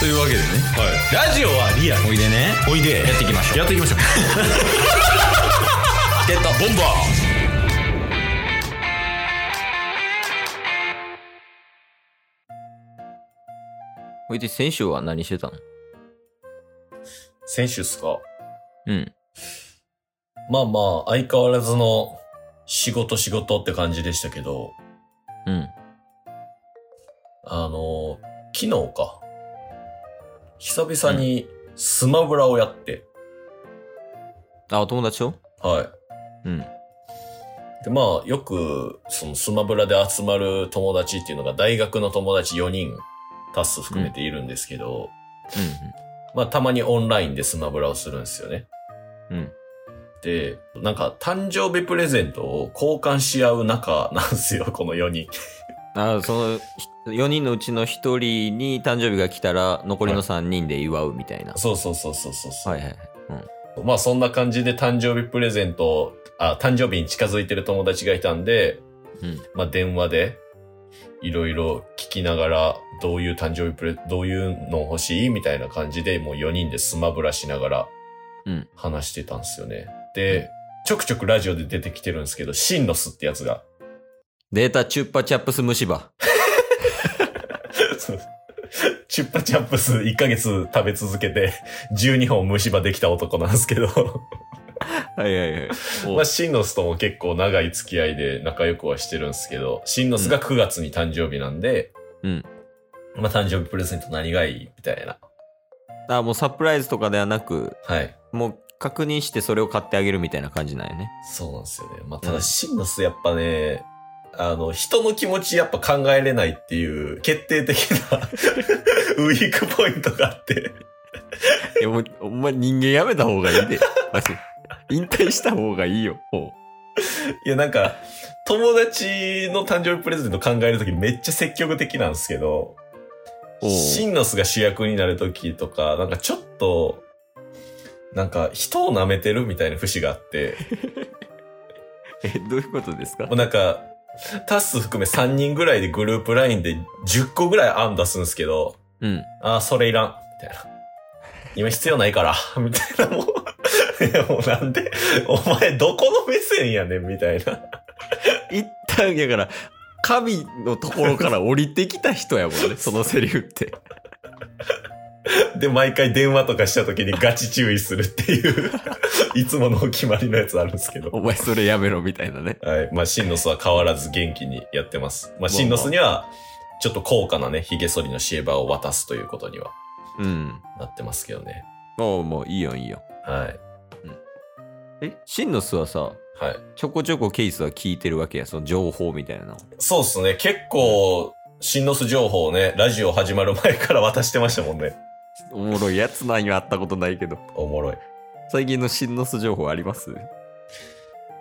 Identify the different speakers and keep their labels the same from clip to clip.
Speaker 1: というわけでね
Speaker 2: はい。ラジオはリアル。
Speaker 1: おいでね
Speaker 2: おいで。
Speaker 1: やっていきましょう
Speaker 2: やって いきましょう。
Speaker 1: ゲットボンバーおいで先週は何してたの
Speaker 2: 先週っすか
Speaker 1: うん
Speaker 2: まあまあ、相変わらずの仕事仕事って感じでしたけど、
Speaker 1: うん
Speaker 2: あの、昨日か。久々にスマブラをやって、
Speaker 1: あお友達と
Speaker 2: はい。
Speaker 1: うん
Speaker 2: で、まあ、よく、そのスマブラで集まる友達っていうのが大学の友達4人、タス含めているんですけど、まあ、たまにオンラインでスマブラをするんですよね。
Speaker 1: うんうん
Speaker 2: で、なんか、誕生日プレゼントを交換し合う仲なんですよ、この4人。
Speaker 1: あその4人のうちの1人に誕生日が来たら残りの3人で祝うみたいな、
Speaker 2: そうそうそうそうそうそう。
Speaker 1: はい、はいはい
Speaker 2: まあ、そんな感じで誕生日プレゼントを、あ、誕生日に近づいてる友達がいたんで、
Speaker 1: うん
Speaker 2: まあ、電話で、いろいろ聞きながら、どういう誕生日プレ、どういうの欲しいみたいな感じで、もう4人でスマブラしながら
Speaker 1: うん、
Speaker 2: 話してたんですよね。で、ちょくちょくラジオで出てきてるんですけど、シンノスってやつが。
Speaker 1: データチュッパチャップス虫歯
Speaker 2: そうチュッパチャップス1ヶ月食べ続けて、12本虫歯できた男なんですけど、
Speaker 1: はいはいはい お
Speaker 2: まあ、シンノスとも結構長い付き合いで仲良くはしてるんですけど、シンノスが9月に誕生日なんで、
Speaker 1: うん
Speaker 2: まあ、誕生日プレゼント何がいいみたいな。
Speaker 1: あもうサプライズとかではなく
Speaker 2: はい。
Speaker 1: もう確認してそれを買ってあげるみたいな感じなんやね
Speaker 2: そうなんですよね。まあ、ただ、シンノスやっぱね、あの、人の気持ちやっぱ考えれないっていう、決定的 な、ウィークポイントがあって、
Speaker 1: いやもうお前人間やめた方がいいで マジ引退した方がいいよも
Speaker 2: いや、なんか、友達の誕生日プレゼント考えるときめっちゃ積極的なんですけど、
Speaker 1: うおう
Speaker 2: シンノスが主役になるときとか、なんかちょっと、なんか人を舐めてるみたいな節があ って、
Speaker 1: えどういうことですか
Speaker 2: もうなんか、タス含め3人ぐらいでグループラインで10個ぐらい案出すんですけど、
Speaker 1: うん
Speaker 2: ああ、それいらん。みたいな。今必要ないから。みたいな、もう。いや、もうなんで、お前どこの目線やねんみたいな。
Speaker 1: 一旦やから神のところから降りてきた人やもん ねそのセリフって
Speaker 2: で、毎回電話とかした時にガチ注意するっていう、いつものお決まりのやつあるんですけど。
Speaker 1: お前それやめろみたいなね
Speaker 2: はい。まあ、シンノスは変わらず元気にやってます。まあ、シンノスには、ちょっと高価なね、髭剃りのシェーバーを渡すということには
Speaker 1: うん
Speaker 2: なってますけどね。
Speaker 1: もうもういいよいいよ
Speaker 2: はい。
Speaker 1: えシンノスはさ
Speaker 2: はい。
Speaker 1: ちょこちょこケースは聞いてるわけやその情報みたいなの
Speaker 2: そうっすね。結構、シンノス情報をね、ラジオ始まる前から渡してましたもんね。
Speaker 1: おもろいやつなんよ会ったことないけど
Speaker 2: おもろい。
Speaker 1: 最近のシンノス情報あります
Speaker 2: ま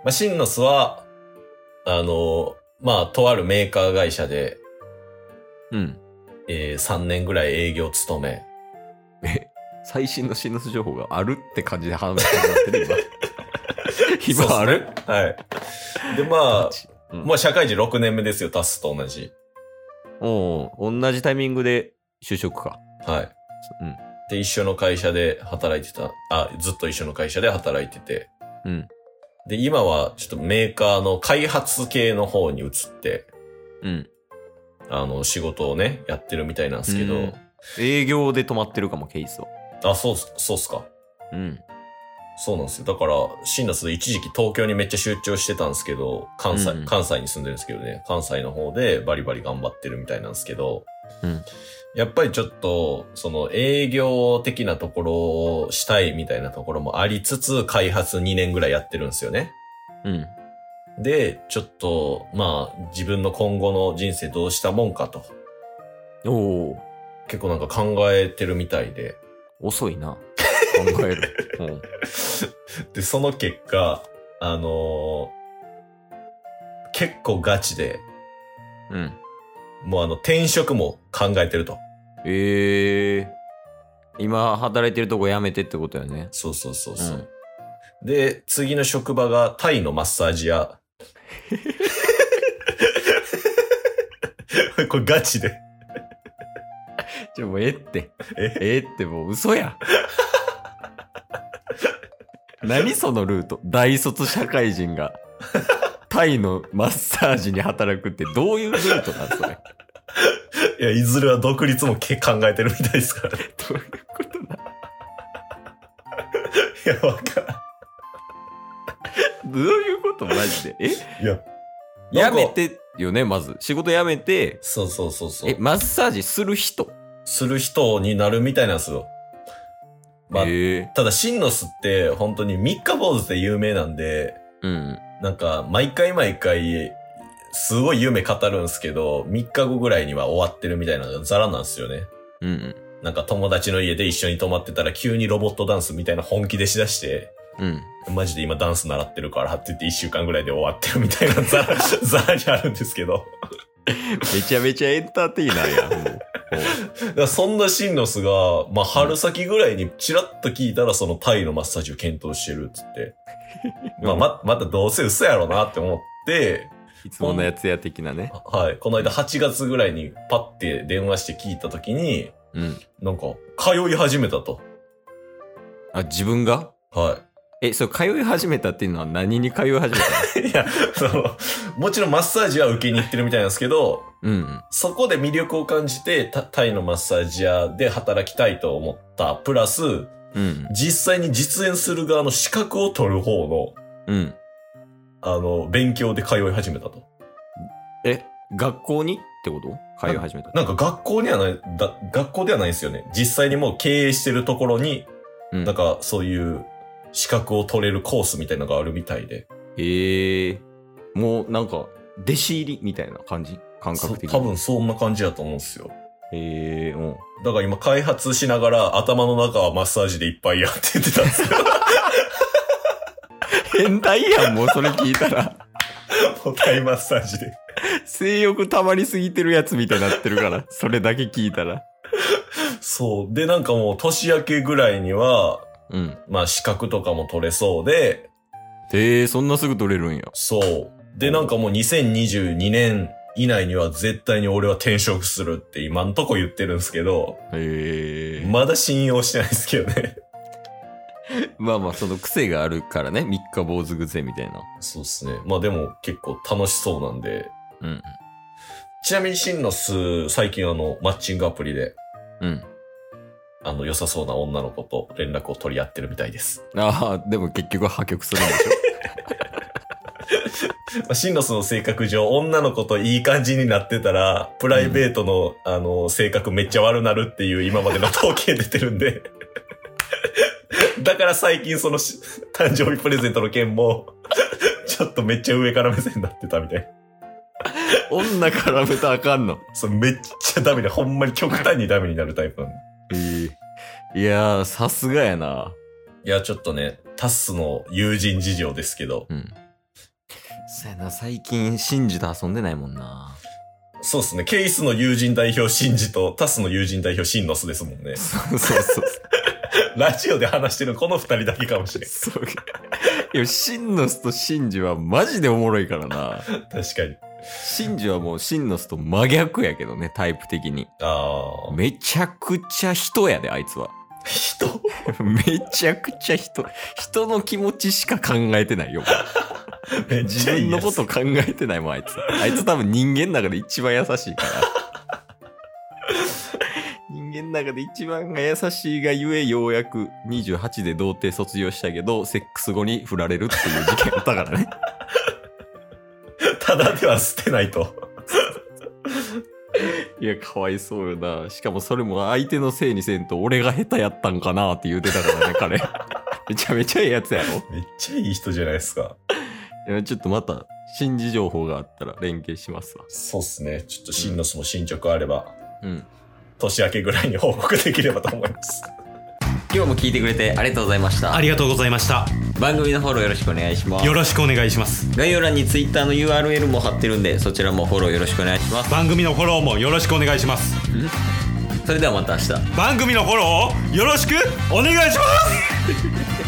Speaker 2: あ、シンノスは、あの、まあ、とあるメーカー会社で、
Speaker 1: うん
Speaker 2: えー3年ぐらい営業を務め、
Speaker 1: え最新のシンノス情報があるって感じで話になってる 今今ある
Speaker 2: はい。で、 まあ、
Speaker 1: うん
Speaker 2: もう社会人6年目ですよ、タスと同じ。
Speaker 1: おうおう同じタイミングで就職か
Speaker 2: は
Speaker 1: う
Speaker 2: い。
Speaker 1: ん
Speaker 2: で、一緒の会社で働いてた、あ、ずっと一緒の会社で働いてて、
Speaker 1: うん
Speaker 2: で、今はちょっとメーカーの開発系の方に移って、
Speaker 1: うん
Speaker 2: あの、仕事をね、やってるみたいなんですけど、
Speaker 1: うん営業で止まってるかもケースを
Speaker 2: あ、そうっす、そうっすか。
Speaker 1: うん
Speaker 2: そうなんですよ。だから、シンナスで一時期東京にめっちゃ集中してたんですけど、関西、
Speaker 1: うんうん
Speaker 2: 関西に住んでるんですけどね、関西の方でバリバリ頑張ってるみたいなんですけど、
Speaker 1: うん
Speaker 2: やっぱりちょっと、その営業的なところをしたいみたいなところもありつつ、開発2年ぐらいやってるんですよね。
Speaker 1: うん
Speaker 2: で、ちょっと、まあ、自分の今後の人生どうしたもんかと、
Speaker 1: おお
Speaker 2: 結構なんか考えてるみたいで、
Speaker 1: 遅いな考え るうん
Speaker 2: で、その結果、あのー結構ガチで、
Speaker 1: うん
Speaker 2: もうあの、転職も考えてると。
Speaker 1: ええ今働いてるとこ辞めてってことよね
Speaker 2: そうそうそうそう。で、次の職場がタイのマッサージ屋。 これガチで。
Speaker 1: じゃもうええって。
Speaker 2: え
Speaker 1: ええってもう嘘や。何そのルート大卒社会人がタイのマッサージに働くってどういうルートなんそれ。
Speaker 2: いや、いずれは独立もけ考えてるみたいですからね。
Speaker 1: どういうことない
Speaker 2: や、わから
Speaker 1: どういうことマジで。え
Speaker 2: ん。いや、
Speaker 1: やめてよね、まず。仕事やめて、
Speaker 2: そうそうそうそう
Speaker 1: え、。マッサージする人。
Speaker 2: する人になるみたいなんですよ。まあ、
Speaker 1: え
Speaker 2: ただ、シンノスって本当に三日坊主で有名なんで、
Speaker 1: えうん。
Speaker 2: なんか、毎回毎回、すごい夢語るんですけど、3日後ぐらいには終わってるみたいなのがザラなんですよね。
Speaker 1: うんうん。
Speaker 2: なんか友達の家で一緒に泊まってたら急にロボットダンスみたいな本気でしだして、
Speaker 1: うん。
Speaker 2: マジで今ダンス習ってるからって言って1週間ぐらいで終わってるみたいなザラ、 ザラにあるんですけど。
Speaker 1: めちゃめちゃエンターテイナーやん。 もう
Speaker 2: だからそんなシンノスが、まあ、春先ぐらいにチラッと聞いたら、そのタイのマッサージを検討してるっつ って。まあ、ま、またどうせ嘘やろなって思って、
Speaker 1: いつものやつや的なね。
Speaker 2: はい。この間8月ぐらいにパッて電話して聞いたときに、
Speaker 1: うん。
Speaker 2: なんか、通い始めたと。
Speaker 1: あ、自分が
Speaker 2: は
Speaker 1: え、それ通い始めたっていうのは何に通い 始めたの
Speaker 2: い。いや、その、もちろんマッサージは受けに行ってるみたいなんですけど、
Speaker 1: うん。
Speaker 2: そこで魅力を感じて、タタイのマッサージ屋で働きたいと思った。プラス、
Speaker 1: うん。
Speaker 2: 実際に実演する側の資格を取る方の、
Speaker 1: うん。
Speaker 2: あの、勉強で通い始めたと。
Speaker 1: え、学校にってこと通い始めた。
Speaker 2: なんか学校にはない、だ学校ではないですよね。実際にもう経営してるところに、
Speaker 1: うん
Speaker 2: なんかそういう資格を取れるコースみたいなのがあるみたいで。
Speaker 1: へえ。もうなんか、弟子入りみたいな感じ感
Speaker 2: そ
Speaker 1: 覚
Speaker 2: う
Speaker 1: 的に。
Speaker 2: 多。分そんな感じだと思うんですよ。
Speaker 1: へえ、うん。
Speaker 2: だから今開発しながら頭の中はマッサージでいっぱいやって言ってたんです けど、
Speaker 1: 変態やん、もうそれ聞いた ら。
Speaker 2: もう体マッサージで。
Speaker 1: 性欲溜まりすぎてるやつみたいになってるから、それだけ聞いたら。
Speaker 2: そう。で、なんかもう年明けぐらいには、
Speaker 1: うん。
Speaker 2: まあ資格とかも取れそうで、
Speaker 1: へえ、そんなすぐ取れるんや。
Speaker 2: そう。で、なんかもう2022年以内には絶対に俺は転職するって今んとこ言ってるんですけど、
Speaker 1: へえ。
Speaker 2: まだ信用してないですけどね。
Speaker 1: まあまあ、その癖があるからね、三日坊主癖みたいな。
Speaker 2: そうですね。まあでも結構楽しそうなんで。
Speaker 1: うん。
Speaker 2: ちなみにシンノス、最近あの、マッチングアプリで、
Speaker 1: うん。
Speaker 2: あの、良さそうな女の子と連絡を取り合ってるみたいです。
Speaker 1: ああ、でも結局破局するんでしょ。
Speaker 2: まあ、シンノスの性格上、女の子といい感じになってたら、プライベートの、あの、性格めっちゃ悪なるっていう今までの統計出てるんで。だから最近そのし誕生日プレゼントの件も、ちょっとめっちゃ上から目線になってたみたいな。
Speaker 1: 女絡めたらあかんの。
Speaker 2: そうめっちゃダメで、ほんまに極端にダメになるタイプなんで
Speaker 1: えいやー、さすがやな。
Speaker 2: いや、ちょっとね、タスの友人事情ですけど、
Speaker 1: うん。そやな、最近、シンジと遊んでないもんな。。
Speaker 2: そうですね、ケイスの友人代表シンジとタスの友人代表シンノスですもんね
Speaker 1: そうそうそう。
Speaker 2: ラジオで話してるのこの二人だけかもしれん。
Speaker 1: そう いや、シンノスとシンジはマジでおもろいからな。
Speaker 2: 確かに。
Speaker 1: シンジはもうシンノスと真逆やけどね、タイプ的に。
Speaker 2: ああ。
Speaker 1: めちゃくちゃ人やで、あいつは。
Speaker 2: 人
Speaker 1: めちゃくちゃ人、人の気持ちしか考えてないよ。
Speaker 2: め っ
Speaker 1: 自
Speaker 2: ちゃい
Speaker 1: 分
Speaker 2: い
Speaker 1: の
Speaker 2: やつ
Speaker 1: こと考えてないもん、あ いつ。あいつ多分人間の中で一番優しいから。 人間の中で一番が優しいがゆえ、ようやく28で童貞卒業したけど、セックス後に振られるっていう事件あったからね。
Speaker 2: ただでは捨てないと。
Speaker 1: いや、かわいそうよな。しかもそれも相手のせいにせんと、俺が下手やったんかなって言うてたからね、 彼。めちゃめちゃええやつやろ。
Speaker 2: めっちゃいい人じゃないですか。
Speaker 1: いやちょっとまた、新事情報があったら連携しますわ。
Speaker 2: そうっすね。ちょっとシンノスも進捗あれば、
Speaker 1: うん。
Speaker 2: 年明けぐらいに報告できればと思います。
Speaker 1: 今日も聞いてくれてありがとうございました
Speaker 3: あ。りがとうございました。
Speaker 1: 番組のフォローよろしくお願いします
Speaker 3: よろしくお願いします。
Speaker 1: 概要欄に Twitter の URL も貼ってるんでそちらもフォローよろしくお願いします
Speaker 3: 番組のフォローもよろしくお願いします。
Speaker 1: それではまた明日
Speaker 3: 番組のフォローをよろしくお願いします